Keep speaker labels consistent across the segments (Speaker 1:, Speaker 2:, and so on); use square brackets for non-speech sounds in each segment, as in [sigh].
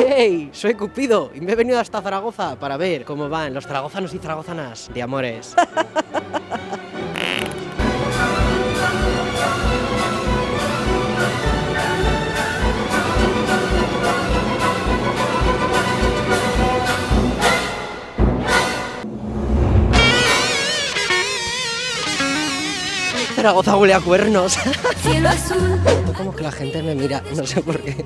Speaker 1: ¡Hey! Soy Cupido y me he venido hasta Zaragoza para ver cómo van los zaragozanos y zaragozanas de amores. [laughs] Zaragoza huele a cuernos.
Speaker 2: Cielo azul.
Speaker 1: Siento como que la gente me mira, [laughs] no sé por qué.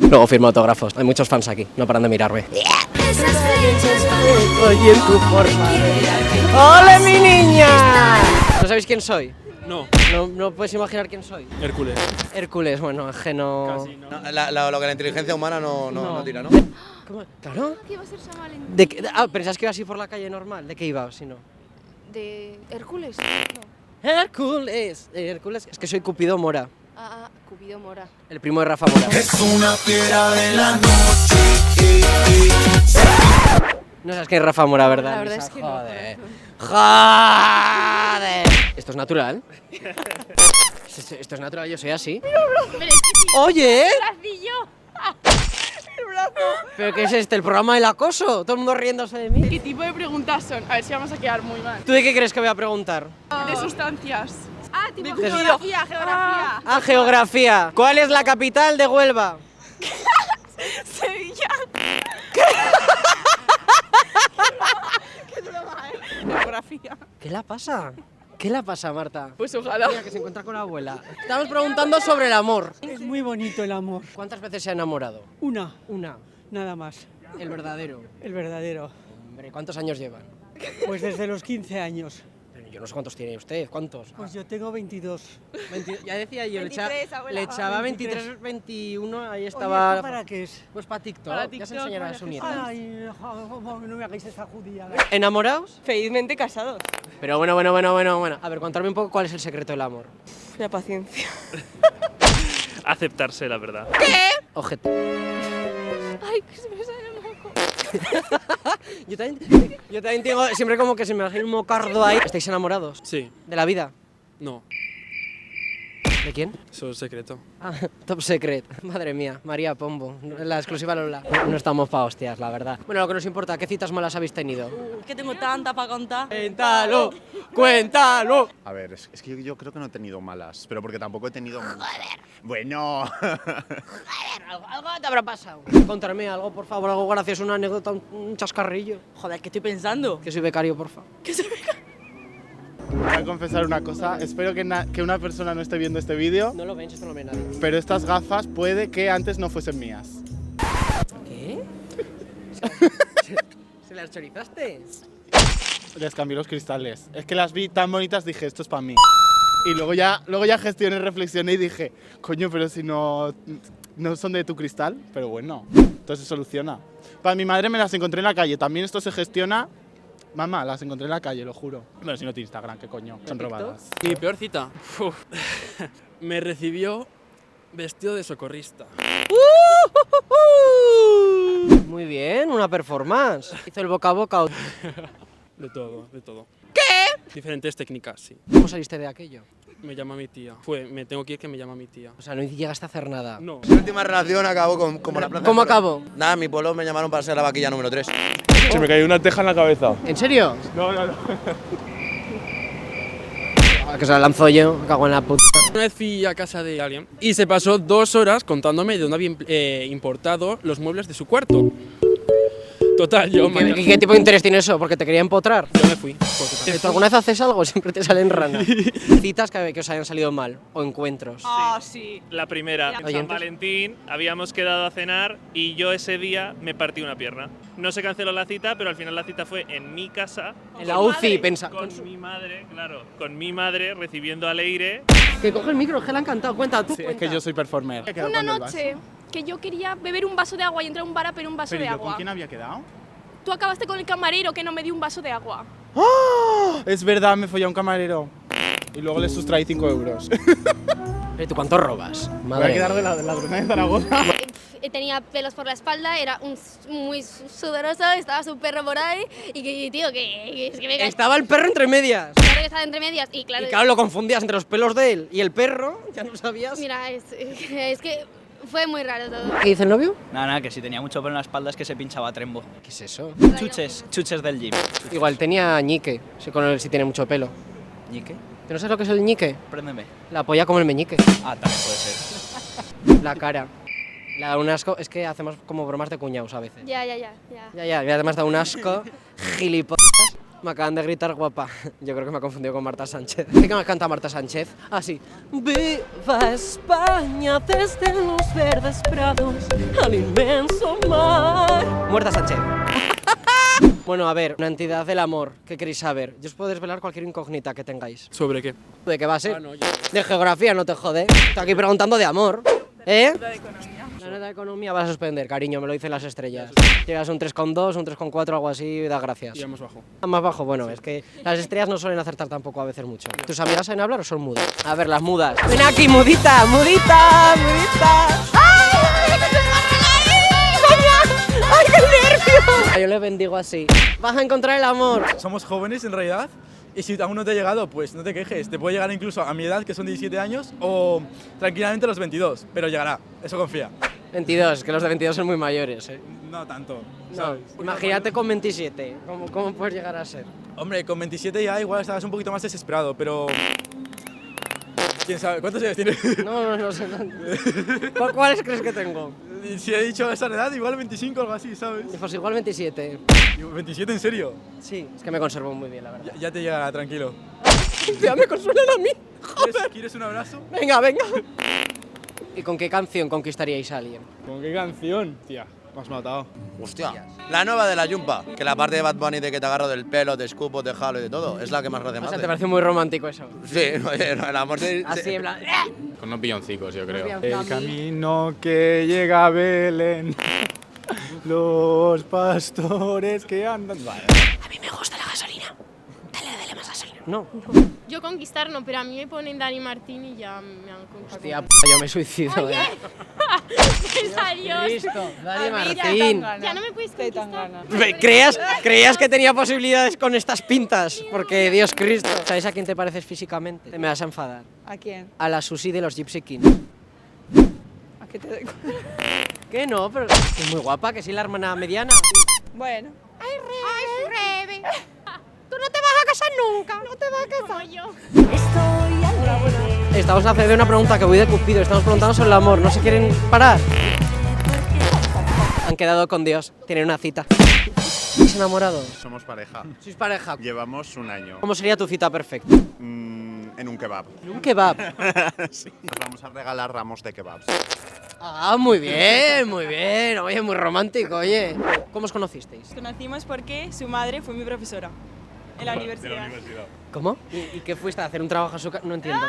Speaker 1: Luego firmo autógrafos. Hay muchos fans aquí, no paran de mirarme.
Speaker 2: Esas flechas
Speaker 1: Oye, tu forma. ¡Ole, mi niña! ¿No sabéis quién soy?
Speaker 3: No,
Speaker 1: No, no puedes imaginar quién soy.
Speaker 3: Hércules.
Speaker 1: Hércules, bueno, ajeno.
Speaker 4: No, la- la- lo que la inteligencia humana no, no-
Speaker 1: No.
Speaker 4: no tira, ¿no?
Speaker 1: ¿Cómo? ¿Claro?
Speaker 5: ¿Qué iba a ser San Valentín?
Speaker 1: ¿De qué- Ah, ¿pensás que iba así por la calle normal? ¿De qué iba, si no?
Speaker 5: ¿De Hércules? No.
Speaker 1: Hércules, Hércules. Es que soy Cupido Mora,
Speaker 5: Ah, ah, Cupido Mora.
Speaker 1: el primo de Rafa Mora. Es una fiera de la noche. No sabes quién es Rafa Mora, ¿verdad?
Speaker 5: La verdad
Speaker 1: Luisa?
Speaker 5: es que no,
Speaker 1: Joder. Joder. Esto
Speaker 5: [laughs]
Speaker 1: es natural. Esto- Esto es natural, yo soy así. Oye, ¿eh?
Speaker 5: [laughs]
Speaker 1: ¿Pero qué es este? ¿El programa del acoso? Todo el mundo riéndose de mí.
Speaker 6: ¿Qué tipo de preguntas son? A ver si vamos a quedar muy mal.
Speaker 1: ¿Tú de qué crees que voy a preguntar?
Speaker 6: De sustancias. Ah, tipo
Speaker 1: De-
Speaker 6: geografía,
Speaker 5: Ah.
Speaker 6: geografía.
Speaker 1: A Ah, geografía. ¿Cuál es la capital de Huelva?
Speaker 6: Sevilla. Qué broma, ¿eh? Geografía.
Speaker 1: ¿Qué la pasa? ¿Qué la pasa, Marta?
Speaker 6: Pues ojalá.
Speaker 1: Mira, que se encuentra con la abuela. Estamos preguntando sobre el amor.
Speaker 7: Es muy bonito el amor.
Speaker 1: ¿Cuántas veces se ha enamorado?
Speaker 7: Una,
Speaker 1: Una.
Speaker 7: nada más.
Speaker 1: El verdadero.
Speaker 7: El verdadero.
Speaker 1: Hombre, ¿cuántos años llevan?
Speaker 7: Pues desde los 15 años.
Speaker 1: Pero Yo no sé cuántos tiene usted, ¿cuántos? Ah,
Speaker 7: Pues yo tengo 22.
Speaker 1: Veinti- ya decía yo, le echa-
Speaker 6: 23, abuela.
Speaker 1: le echaba
Speaker 7: 23.
Speaker 1: 23, 21, ahí
Speaker 7: Oye,
Speaker 1: estaba...
Speaker 7: ¿esto ¿Para qué es?
Speaker 1: Pues para TikTok,
Speaker 6: Para
Speaker 1: ya se
Speaker 6: TikTok,
Speaker 1: enseñará a
Speaker 6: vaya
Speaker 1: su
Speaker 6: que
Speaker 1: nieta.
Speaker 7: Ay, no me hagáis esa judía.
Speaker 1: ¿Enamorados?
Speaker 8: Felizmente casados.
Speaker 1: Pero bueno, bueno, bueno, bueno, bueno. A ver, contarme un poco cuál es el secreto del amor.
Speaker 8: La paciencia.
Speaker 3: Aceptarse, la verdad.
Speaker 1: Ojete.
Speaker 5: Ay, que se me sale el moco.
Speaker 1: [laughs] Yo también, yo también tengo, siempre como que se me hace un mocardo ahí. ¿Estáis enamorados?
Speaker 3: Sí,
Speaker 1: ¿De la vida?
Speaker 3: no,
Speaker 1: ¿De quién?
Speaker 3: eso es secreto.
Speaker 1: Ah, [laughs] top secret. Madre mía, María Pombo. La exclusiva Lola. No estamos pa' hostias, la verdad. Bueno, lo que nos importa, ¿qué citas malas habéis tenido?
Speaker 8: Es que tengo tanta para contar.
Speaker 1: Cuéntalo, cuéntalo.
Speaker 9: A ver, es, es que yo creo que no he tenido malas, pero porque tampoco he tenido. ¡Joder! Bueno, [laughs]
Speaker 1: Algo, te habrá pasado. Contarme algo, por favor, algo gracioso, una anécdota, un, un chascarrillo.
Speaker 8: Joder, que estoy pensando.
Speaker 1: Que soy becario, por favor.
Speaker 10: Voy a confesar una cosa, espero que, na- que una persona no esté viendo este vídeo,
Speaker 1: No lo ven, esto no lo ve nadie.
Speaker 10: pero estas gafas puede que antes no fuesen mías.
Speaker 1: ¿Qué? ¿Se [laughs] las chorizaste?
Speaker 10: Les cambié los cristales. Es que las vi tan bonitas, dije, esto es para mí. Y luego ya, luego ya gestioné, reflexioné y dije, coño, pero si no, no son de tu cristal, pero bueno, entonces se soluciona. Para mi madre me las encontré en la calle, también esto se gestiona. Mamá, las encontré en la calle, lo juro. Bueno, si no te Instagram, qué coño, son
Speaker 1: TikTok?
Speaker 10: robadas.
Speaker 3: Mi peor cita. Uf. [laughs] Me recibió vestido de socorrista.
Speaker 1: Muy bien, una performance. Hizo el boca a boca.
Speaker 3: De todo, de todo. ¿Qué? Diferentes técnicas, sí.
Speaker 1: ¿Cómo saliste de aquello?
Speaker 3: Me llama mi tía. Fue, me tengo que ir que me llama mi tía.
Speaker 1: O sea, no llegaste a hacer nada.
Speaker 3: No.
Speaker 4: Mi última relación acabó con, como la plaza.
Speaker 1: ¿Cómo
Speaker 4: de Toro.
Speaker 1: acabó?
Speaker 4: Nada, en mi pueblo me llamaron para ser la vaquilla número 3.
Speaker 11: Se me cayó una teja en la cabeza.
Speaker 1: ¿En serio?
Speaker 11: No, no, no.
Speaker 1: Ah, Que se la lanzó yo, me cago en la puta.
Speaker 3: Una vez fui a casa de alguien y se pasó dos horas contándome de dónde había eh, importado los muebles de su cuarto. Total, yo,
Speaker 1: ¿Qué,
Speaker 3: mañana-
Speaker 1: qué- qué tipo de interés tiene eso? Porque te quería empotrar.
Speaker 3: yo me fui. porque
Speaker 1: Si
Speaker 3: también-
Speaker 1: tú alguna vez haces algo, siempre te salen ranas. Citas que, que os hayan salido mal o encuentros.
Speaker 6: Ah, sí.
Speaker 11: La primera, en San
Speaker 1: ¿Oyentes?
Speaker 11: Valentín, habíamos quedado a cenar y yo ese día me partí una pierna. No se canceló la cita, pero al final la cita fue en mi casa.
Speaker 1: En la UCI, pensa.
Speaker 11: Con mi madre, claro, con mi madre recibiendo al aire.
Speaker 1: Que coge el micro, que le ha encantado. Cuenta, tú.
Speaker 10: Sí, es que yo soy performer. ¿Qué quedó
Speaker 5: Una
Speaker 10: cuando el vaso?
Speaker 5: noche que yo quería beber un vaso de agua y entrar a un bar a pedir un vaso
Speaker 10: Pero ¿y
Speaker 5: de
Speaker 10: yo con
Speaker 5: agua.
Speaker 10: quién había quedado?
Speaker 5: Tú acabaste con el camarero que no me dio un vaso de agua.
Speaker 10: Es verdad, me follé a un camarero. Y luego le sustraí 5 euros.
Speaker 1: Pero tú, ¿cuánto robas?
Speaker 10: Voy a
Speaker 1: Madre.
Speaker 10: [laughs] quedar de la de la ladrona de Zaragoza.
Speaker 5: Eh, pf,
Speaker 12: eh, tenía pelos por la espalda, era un, s- muy su- sudoroso, estaba su perro por ahí y que, tío, que, que es que me cae-
Speaker 1: Estaba el perro entre medias.
Speaker 12: claro que estaba entre medias y claro...
Speaker 1: Y claro, lo confundías entre los pelos de él y el perro. [laughs]
Speaker 12: ya no sabías. Mira, es, es que fue muy raro todo.
Speaker 1: ¿Qué dice el novio?
Speaker 13: Nada, nada, que si tenía mucho pelo en la espalda es que se pinchaba trembo. ¿Qué es eso? Chuches, chuches del gym.
Speaker 1: Igual tenía ñique, si con él sí tiene mucho pelo.
Speaker 13: ¿Ñique?
Speaker 1: ¿Que no sabes lo que es el ñique?
Speaker 13: Préndeme.
Speaker 1: La polla como el meñique.
Speaker 13: Ah, también puede ser.
Speaker 1: La cara. Le da un asco. Es que hacemos como bromas de cuñados a veces.
Speaker 12: Ya, ya, ya, ya.
Speaker 1: Ya, ya, y además da un asco. Gilipollas. Me acaban de gritar guapa. Yo creo que me ha confundido con Marta Sánchez. ¿Qué que me canta Marta Sánchez? Ah, sí.
Speaker 14: Viva España desde los verdes prados al inmenso mar.
Speaker 1: Muerta Sánchez. [laughs] Bueno, a ver, una entidad del amor que queréis saber. Yo os puedo desvelar cualquier incógnita que tengáis.
Speaker 3: ¿Sobre qué?
Speaker 1: ¿De qué va
Speaker 3: Ah,
Speaker 1: a ser? De geografía, no te jode. Estoy aquí preguntando de amor. ¿Eh? La nota de economía va a suspender, cariño, me lo dicen las estrellas. Llegas a un 3,2, un 3,4, algo así, da gracias.
Speaker 3: Y vamos bajo.
Speaker 1: Ah, Más bajo, bueno, es que las estrellas no suelen acertar tampoco a veces mucho. ¿Tus amigas saben hablar o son mudas? A ver, las mudas. Ven aquí, mudita, mudita, mudita. ¡Ay, qué nervios! Yo le bendigo así. Vas a encontrar el amor.
Speaker 15: Somos jóvenes en realidad y si aún no te ha llegado, pues no te quejes. Te puede llegar incluso a mi edad, que son 17 años, o tranquilamente a los 22, pero llegará, eso confía.
Speaker 1: 22, que los de 22 son muy mayores, ¿eh?
Speaker 15: No tanto.
Speaker 1: No,
Speaker 15: ¿sabes?
Speaker 1: imagínate con 27, ¿cómo, cómo puedes llegar a ser?
Speaker 15: Hombre, con 27 ya igual estarás un poquito más desesperado, pero... ¿Quién sabe? ¿Cuántos años [laughs] tienes?
Speaker 1: No, no, no sé. [laughs] ¿Cuál- ¿Cuáles crees que tengo?
Speaker 15: Si he dicho esa edad, igual 25 o algo así, ¿sabes?
Speaker 1: Pues igual 27.
Speaker 15: ¿27 en serio?
Speaker 1: Sí, es que me conservo muy bien, la verdad.
Speaker 15: Ya, ya te llegará, tranquilo.
Speaker 1: [laughs] Ya me consuelan a mí.
Speaker 15: ¿Quieres, quieres un abrazo?
Speaker 1: Venga, venga. ¿Y con qué canción conquistaríais a alguien?
Speaker 10: ¿Con qué canción? Tía, me has matado.
Speaker 4: Hostia. La nueva de la Yumpa, que la parte de Bad Bunny de que te agarro del pelo, te escupo, te jalo y de todo, es la que más gracia me
Speaker 1: O sea,
Speaker 4: hace.
Speaker 1: te parece muy romántico eso.
Speaker 4: Sí, [laughs] oye, el amor de...
Speaker 1: Así, en plan. "Eh".
Speaker 10: Con unos billoncicos, yo creo.
Speaker 1: Unos
Speaker 10: El
Speaker 1: villancicos.
Speaker 10: camino que llega a Belén. Los pastores que andan. Vale.
Speaker 16: Me gusta la gasolina. Dale, dale más gasolina.
Speaker 1: No.
Speaker 17: Yo conquistar no, pero a mí me ponen Dani Martín y ya me han conquistado.
Speaker 1: Hostia, p yo me suicido.
Speaker 17: Oye.
Speaker 1: [laughs] ¿eh?
Speaker 17: Me salió.
Speaker 1: Cristo, Dani
Speaker 17: A mí ya tan
Speaker 1: Martín.
Speaker 17: gana. Ya no me puedes conquistar.
Speaker 1: Ve, ¿Creías, creías que tenía posibilidades con estas pintas, porque Dios Cristo. ¿Sabéis a quién te pareces físicamente? Te me vas a enfadar.
Speaker 6: ¿A quién?
Speaker 1: A la Susi de los Gypsy Kings.
Speaker 6: ¿A qué te doy
Speaker 5: [laughs]
Speaker 1: Que no, pero es muy guapa, que sí la hermana mediana.
Speaker 6: Bueno.
Speaker 16: Ay, Rebe. Ay,
Speaker 6: [laughs]
Speaker 16: Rebe. Tú no te vas a casar nunca. No te vas a casar. yo. Estoy alegre.
Speaker 1: Estamos a hacer de una pregunta que voy de Cupido, estamos preguntando sobre el amor, ¿no se quieren parar? Han quedado con Dios, tienen una cita. ¿Estás enamorado?
Speaker 9: Somos pareja.
Speaker 1: ¿Sois pareja?
Speaker 9: Llevamos un año
Speaker 1: ¿Cómo sería tu cita perfecta?
Speaker 9: mm, en un kebab.
Speaker 1: Un kebab.
Speaker 9: sí. Nos vamos a regalar ramos de kebabs.
Speaker 1: Ah, muy bien, muy bien, oye, muy romántico, oye. ¿Cómo os conocisteis?
Speaker 18: Conocimos porque su madre fue mi profesora en la universidad.
Speaker 1: ¿Cómo? ¿Y, y qué fuiste a hacer un trabajo a su casa? No entiendo.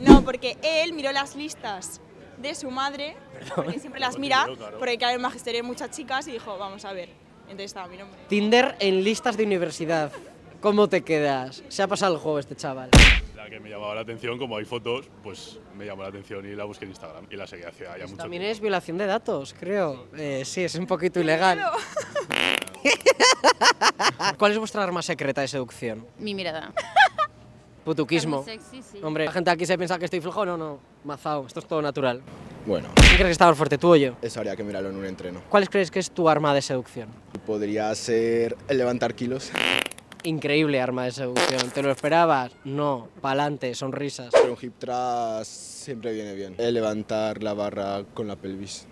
Speaker 18: No, porque él miró las listas de su madre, porque siempre las mira,
Speaker 1: Lo tiró, claro.
Speaker 18: porque claro, en magisterio hay muchas chicas y dijo, vamos a ver. Entonces estaba mi nombre.
Speaker 1: Tinder en listas de universidad. ¿Cómo te quedas? Se ha pasado el juego este chaval.
Speaker 19: La que me llamaba la atención, como hay fotos, pues me llamó la atención y la busqué en Instagram y la seguí hace ya mucho
Speaker 1: Pues También es violación de datos, creo. Eh, sí, es un poquito ilegal. [laughs] ¿Cuál es vuestra arma secreta de seducción?
Speaker 20: Mi mirada.
Speaker 1: Putuquismo.
Speaker 20: Está muy sexy, sí.
Speaker 1: Hombre, la gente aquí se piensa que estoy flojo. No, no. Mazao, esto es todo natural.
Speaker 21: Bueno,
Speaker 1: ¿Quién crees que está más fuerte, tú o yo?
Speaker 21: eso habría que mirarlo en un entreno.
Speaker 1: ¿Cuál crees que es tu arma de seducción?
Speaker 21: Podría ser el levantar kilos.
Speaker 1: Increíble arma de seducción. ¿Te lo esperabas? No. Pa'lante, sonrisas.
Speaker 21: Pero un hip thrust siempre viene bien. El levantar la barra con la pelvis.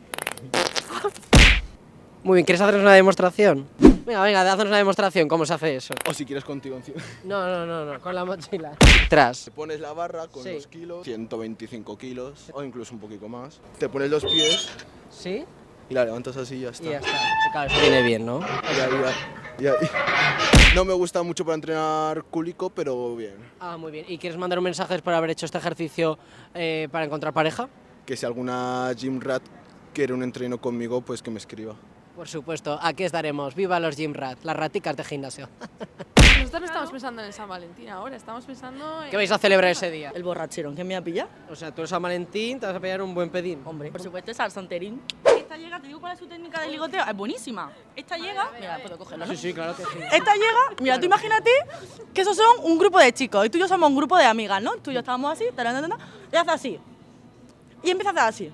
Speaker 1: Muy bien, ¿quieres hacernos una demostración? Venga, venga, haznos una demostración, ¿cómo se hace eso?
Speaker 21: O si quieres contigo encima.
Speaker 1: [laughs] No, no, no, no, con la mochila. Tras.
Speaker 21: Te pones la barra con
Speaker 1: Sí.
Speaker 21: los kilos, 125 kilos o incluso un poquito más. Te pones los pies.
Speaker 1: ¿Sí?
Speaker 21: Y la levantas así y ya está.
Speaker 1: Y ya está. Claro, eso viene bien, ¿no?
Speaker 21: Y ahí va, y ahí. No me gusta mucho para entrenar cúlico, pero bien.
Speaker 1: Ah, muy bien. ¿Y quieres mandar un mensaje por haber hecho este ejercicio eh, para encontrar pareja?
Speaker 21: Que si alguna gym rat quiere un entreno conmigo, pues que me escriba.
Speaker 1: Por supuesto, aquí estaremos. Viva los gym rat, las raticas de gimnasio.
Speaker 8: [laughs]
Speaker 22: Nosotros no estamos pensando en San Valentín ahora, estamos pensando en...
Speaker 1: ¿Qué vais a celebrar ese día?
Speaker 8: El borrachero, ¿qué me ha pillado?
Speaker 1: O sea, tú eres San Valentín, te vas a pegar un buen pedín. Hombre.
Speaker 8: Por supuesto, es al santerín.
Speaker 17: ¿Qué
Speaker 8: Esta llega, te digo cuál es su técnica de ligoteo. Es buenísima. Esta llega. Mira, puedo cogerla. ¿no?
Speaker 1: Sí, sí, claro que sí.
Speaker 8: Esta llega, mira, tú imagínate que esos son un grupo de chicos y tú y yo somos un grupo de amigas, ¿no? Tú y yo estábamos así, tarán, tarán, tarán, y hace así. Y empieza a hacer así.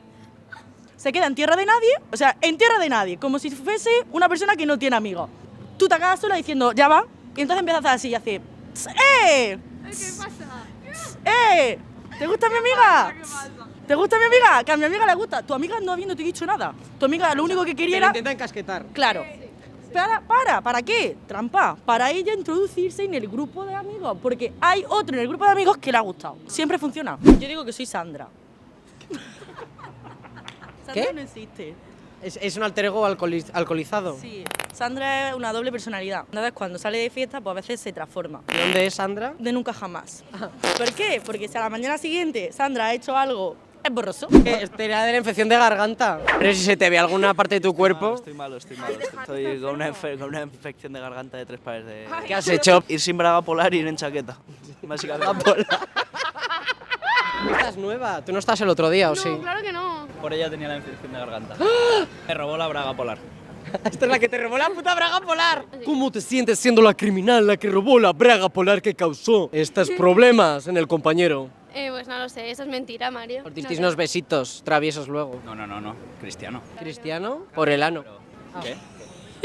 Speaker 8: Se queda en tierra de nadie, o sea, en tierra de nadie, como si fuese una persona que no tiene amigos. Tú te acabas sola diciendo, ya va, y entonces empieza a hacer así y hace, "Ts, ¡eh!
Speaker 16: ¿Qué pasa?
Speaker 8: Ts, ¡eh! ¿Te gusta mi amiga? ¿Te gusta mi amiga? Que a mi amiga le gusta. Tu amiga no habiéndote dicho nada. Tu amiga lo único que quería era...
Speaker 1: Intentan casquetar.
Speaker 8: Claro. Para, para, ¿para qué? Trampa. Para ella introducirse en el grupo de amigos, porque hay otro en el grupo de amigos que le ha gustado. Siempre funciona. Yo digo que soy Sandra. Sandra
Speaker 1: ¿Qué?
Speaker 8: no existe.
Speaker 1: Es, es un alter ego alcoholiz- alcoholizado.
Speaker 8: Sí. Sandra es una doble personalidad. Entonces, cuando sale de fiesta, pues a veces se transforma.
Speaker 1: ¿De dónde es Sandra?
Speaker 8: De nunca jamás. ¿Por qué? Porque si a la mañana siguiente Sandra ha hecho algo, es borroso.
Speaker 1: Te da de la infección de garganta. Pero si se te ve alguna parte de tu cuerpo.
Speaker 13: Ah, Estoy malo, estoy malo. Estoy con una, enfer- con una infección de garganta de tres pares de...
Speaker 8: Ah,
Speaker 1: ¿Qué has hecho?
Speaker 13: Ir sin braga polar y ir en chaqueta. [laughs]
Speaker 8: Ah,
Speaker 13: Básicamente.
Speaker 1: Estás nueva. ¿Tú no estás el otro día o sí?
Speaker 17: Claro que no.
Speaker 13: Por ella tenía la infección de garganta.
Speaker 8: ¡Ah!
Speaker 13: Me robó la braga polar.
Speaker 1: Esta es la que te robó la puta braga polar.
Speaker 14: ¿Cómo te sientes siendo la criminal la que robó la braga polar que causó estos problemas en el compañero?
Speaker 12: Eh, pues no lo sé, eso es mentira, Mario.
Speaker 1: Os disteis unos besitos traviesos luego.
Speaker 13: No, no, no, no. Cristiano.
Speaker 1: ¿Cristiano? Por el ano.
Speaker 8: Ah.
Speaker 13: ¿Qué?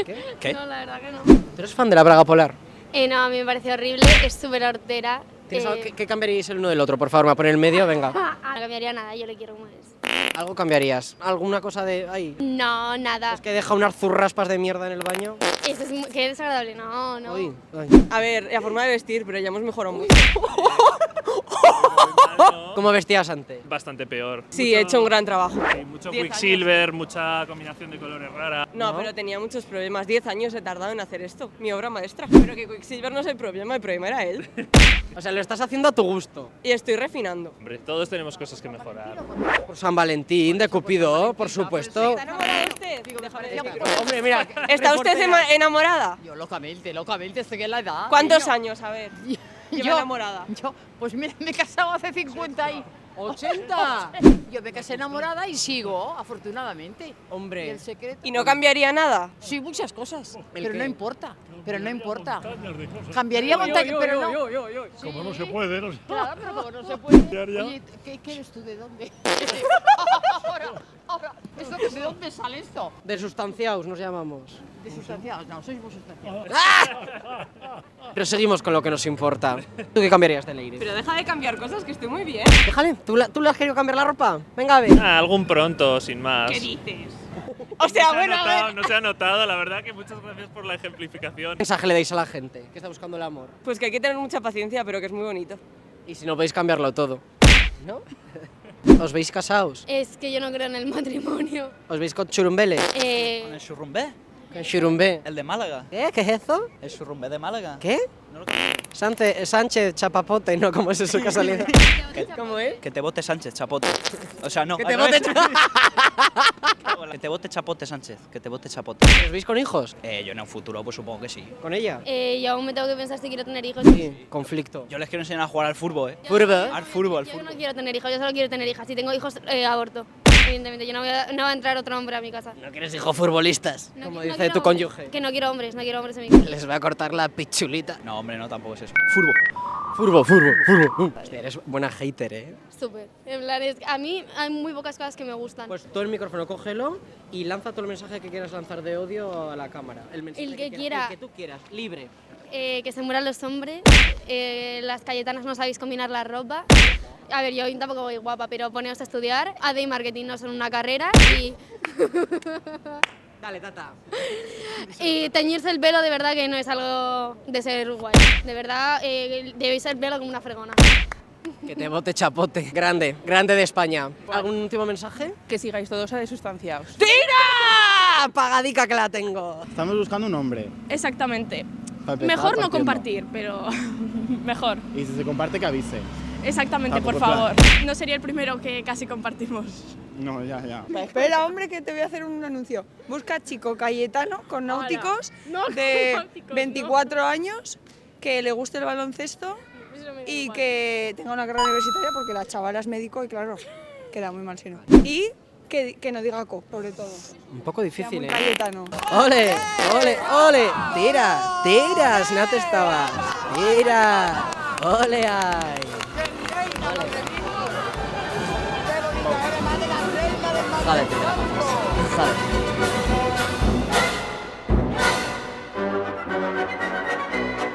Speaker 1: ¿Qué? ¿Qué?
Speaker 12: No, la verdad que no.
Speaker 1: ¿Tú eres fan de la braga polar?
Speaker 12: Eh, no, a mí me parece horrible, es súper hortera.
Speaker 1: ¿Tienes
Speaker 12: eh,
Speaker 1: algo que- ¿Qué cambiaríais el uno del otro? Por favor, me voy a poner el medio, venga.
Speaker 12: ah, ah, [laughs] no cambiaría nada, yo le quiero como es.
Speaker 1: ¿Algo cambiarías? ¿Alguna cosa de ahí?
Speaker 12: No, nada.
Speaker 1: ¿Que deja unas zurraspas de mierda en el baño?
Speaker 12: Eso es muy- qué desagradable, no, no.
Speaker 1: Uy, ay.
Speaker 6: A ver, la forma de vestir, pero ya hemos mejorado mucho.
Speaker 1: ¿Cómo vestías antes?
Speaker 11: Bastante peor.
Speaker 6: Sí, he hecho un gran trabajo.
Speaker 11: Mucho
Speaker 6: Diez
Speaker 11: Quicksilver, mucha combinación de colores rara.
Speaker 6: No, pero tenía muchos problemas. Diez años he tardado en hacer esto, mi obra maestra. Pero que Quicksilver no es el problema, el problema era él.
Speaker 1: O sea, lo estás haciendo a tu gusto.
Speaker 6: Y estoy refinando.
Speaker 11: Hombre, todos tenemos cosas que mejorar.
Speaker 1: Por San Valentín, de Cupido, por supuesto.
Speaker 6: Hombre,
Speaker 1: mira,
Speaker 6: ¿Está usted
Speaker 1: reportera.
Speaker 6: ema- enamorada?
Speaker 2: Yo locamente, locamente, estoy en la edad.
Speaker 6: ¿Cuántos
Speaker 2: niño.
Speaker 6: años? A ver. Lleva
Speaker 2: Yo-
Speaker 6: enamorada.
Speaker 2: Yo, pues mira, me he casado hace 50 y... 80. Yo me casé enamorada y sigo, afortunadamente.
Speaker 1: Hombre.
Speaker 2: Y el secreto.
Speaker 6: ¿Y no cambiaría nada?
Speaker 2: Sí, muchas cosas. Pero
Speaker 6: qué?
Speaker 2: no importa. Pero no importa. Cambiaría
Speaker 16: Yo, yo,
Speaker 2: montañas,
Speaker 16: yo,
Speaker 2: pero
Speaker 16: yo,
Speaker 2: no.
Speaker 16: yo, yo, yo. Como no se puede, no se-
Speaker 2: Claro, pero como no se puede.
Speaker 16: Cambiaría.
Speaker 2: Oye, ¿qué, qué eres tú? ¿De
Speaker 22: [laughs]
Speaker 2: dónde? ahora, ahora. ¿Esto que- ¿De dónde sale esto?
Speaker 1: De sustanciaos nos llamamos.
Speaker 2: De sustanciados. No, sois vos sustanciados.
Speaker 1: Pero seguimos con lo que nos importa. ¿Tú qué cambiarías de Leire?
Speaker 6: Pero deja de cambiar cosas, que estoy muy bien.
Speaker 1: Déjale, ¿tú, la- ¿tú le has querido cambiar la ropa? Venga, a ver.
Speaker 11: Ah, algún pronto, sin más.
Speaker 6: ¿Qué dices? O sea,
Speaker 11: No se ha
Speaker 6: bueno, a
Speaker 11: notado,
Speaker 6: ver.
Speaker 11: No se ha notado, la verdad que muchas gracias por la ejemplificación.
Speaker 1: ¿Qué mensaje le dais a la gente que está buscando el amor?
Speaker 6: Pues que hay que tener mucha paciencia, pero que es muy bonito.
Speaker 1: Y si no podéis cambiarlo todo. [laughs] ¿No? ¿Os veis casados?
Speaker 12: Es que yo no creo en el
Speaker 1: [laughs]
Speaker 12: matrimonio.
Speaker 1: ¿Os veis con churumbeles?
Speaker 12: Eh,
Speaker 13: ¿Con el churrumbé?
Speaker 1: ¿Con churumbé?
Speaker 13: ¿El de Málaga?
Speaker 1: ¿Qué? ¿Qué es eso?
Speaker 13: ¿El churrumbé de Málaga?
Speaker 1: ¿Qué? Sánchez, Sánchez Chapapote, ¿no? ¿Cómo es [laughs] eso que ha salido?
Speaker 6: ¿Cómo es?
Speaker 13: Que te vote Sánchez, chapote. O sea, no.
Speaker 1: Que te
Speaker 13: al revés.
Speaker 1: vote
Speaker 13: [laughs] Que te vote chapote, Sánchez. Que te vote chapote.
Speaker 1: ¿Os veis con hijos?
Speaker 13: Eh, yo en un futuro, pues supongo que sí.
Speaker 1: ¿Con ella?
Speaker 12: eh, yo aún me tengo que pensar si quiero tener hijos.
Speaker 1: Conflicto.
Speaker 13: Yo les quiero enseñar a jugar al fútbol, ¿eh?
Speaker 1: ¿Fútbol?
Speaker 13: Al fútbol, al
Speaker 12: Yo no
Speaker 13: fútbol.
Speaker 12: quiero tener hijos, yo solo quiero tener hijas. Si tengo hijos, eh, aborto. Evidentemente, yo no voy a, no va a entrar otro hombre a mi casa.
Speaker 1: No ¿Quieres hijos futbolistas?
Speaker 12: No,
Speaker 1: como
Speaker 12: no
Speaker 1: dice
Speaker 12: quiero
Speaker 1: tu
Speaker 12: hombres,
Speaker 1: cónyuge.
Speaker 12: Que no quiero hombres, no quiero
Speaker 1: [laughs]
Speaker 12: hombres en mi casa.
Speaker 1: Les voy a cortar la pichulita.
Speaker 13: No, hombre, no, tampoco es eso.
Speaker 1: Furbo. Furbo, furbo, furbo. Hostia, eres buena hater, ¿eh?
Speaker 12: Súper. En plan, es- a mí hay muy pocas cosas que me gustan.
Speaker 1: Pues todo el micrófono, cógelo y lanza todo el mensaje que quieras lanzar de odio a la cámara. El mensaje
Speaker 12: El que
Speaker 1: quieras,
Speaker 12: quiera.
Speaker 1: El que tú quieras, libre.
Speaker 12: Eh, que se mueran los hombres. eh, las cayetanas no sabéis combinar la ropa. A ver, yo hoy tampoco voy guapa, pero poneos a estudiar. AD y marketing no son una carrera. Y,
Speaker 1: Dale, tata.
Speaker 12: y teñirse el pelo de verdad que no es algo de ser guay. De verdad, eh, debéis ser pelo como una fregona.
Speaker 1: Que te bote chapote. Grande, grande de España. ¿Algún último mensaje?
Speaker 6: Que sigáis todos a de sustanciados.
Speaker 1: ¡Tira! Pagadica ¡Ah! que la tengo.
Speaker 10: Estamos buscando un hombre.
Speaker 22: Exactamente.
Speaker 10: para empezar
Speaker 22: Mejor no
Speaker 10: partiendo.
Speaker 22: compartir, pero mejor.
Speaker 10: Y si se comparte, que avise.
Speaker 22: Exactamente, por
Speaker 10: Tampoco es
Speaker 22: favor.
Speaker 10: plan.
Speaker 22: No sería el primero que casi compartimos.
Speaker 10: No, ya, ya.
Speaker 6: [laughs] Espera, hombre, que te voy a hacer un anuncio. Busca chico Cayetano con náuticos
Speaker 22: [laughs] No, con
Speaker 6: de
Speaker 22: náuticos, no.
Speaker 6: 24 años que le guste el baloncesto y que tenga una carrera universitaria porque la chavala es médico y claro, queda muy mal si no. Y que, que no diga co, sobre todo.
Speaker 1: Un poco difícil,
Speaker 6: muy
Speaker 1: ¿eh?
Speaker 6: Cayetano.
Speaker 1: ¡Ole! ¡Ole! ¡Ole! ¡Tira! ¡Tira! Si no te estabas. ¡Tira! ¡Ole! ¡Ay! Jálate. Jálate.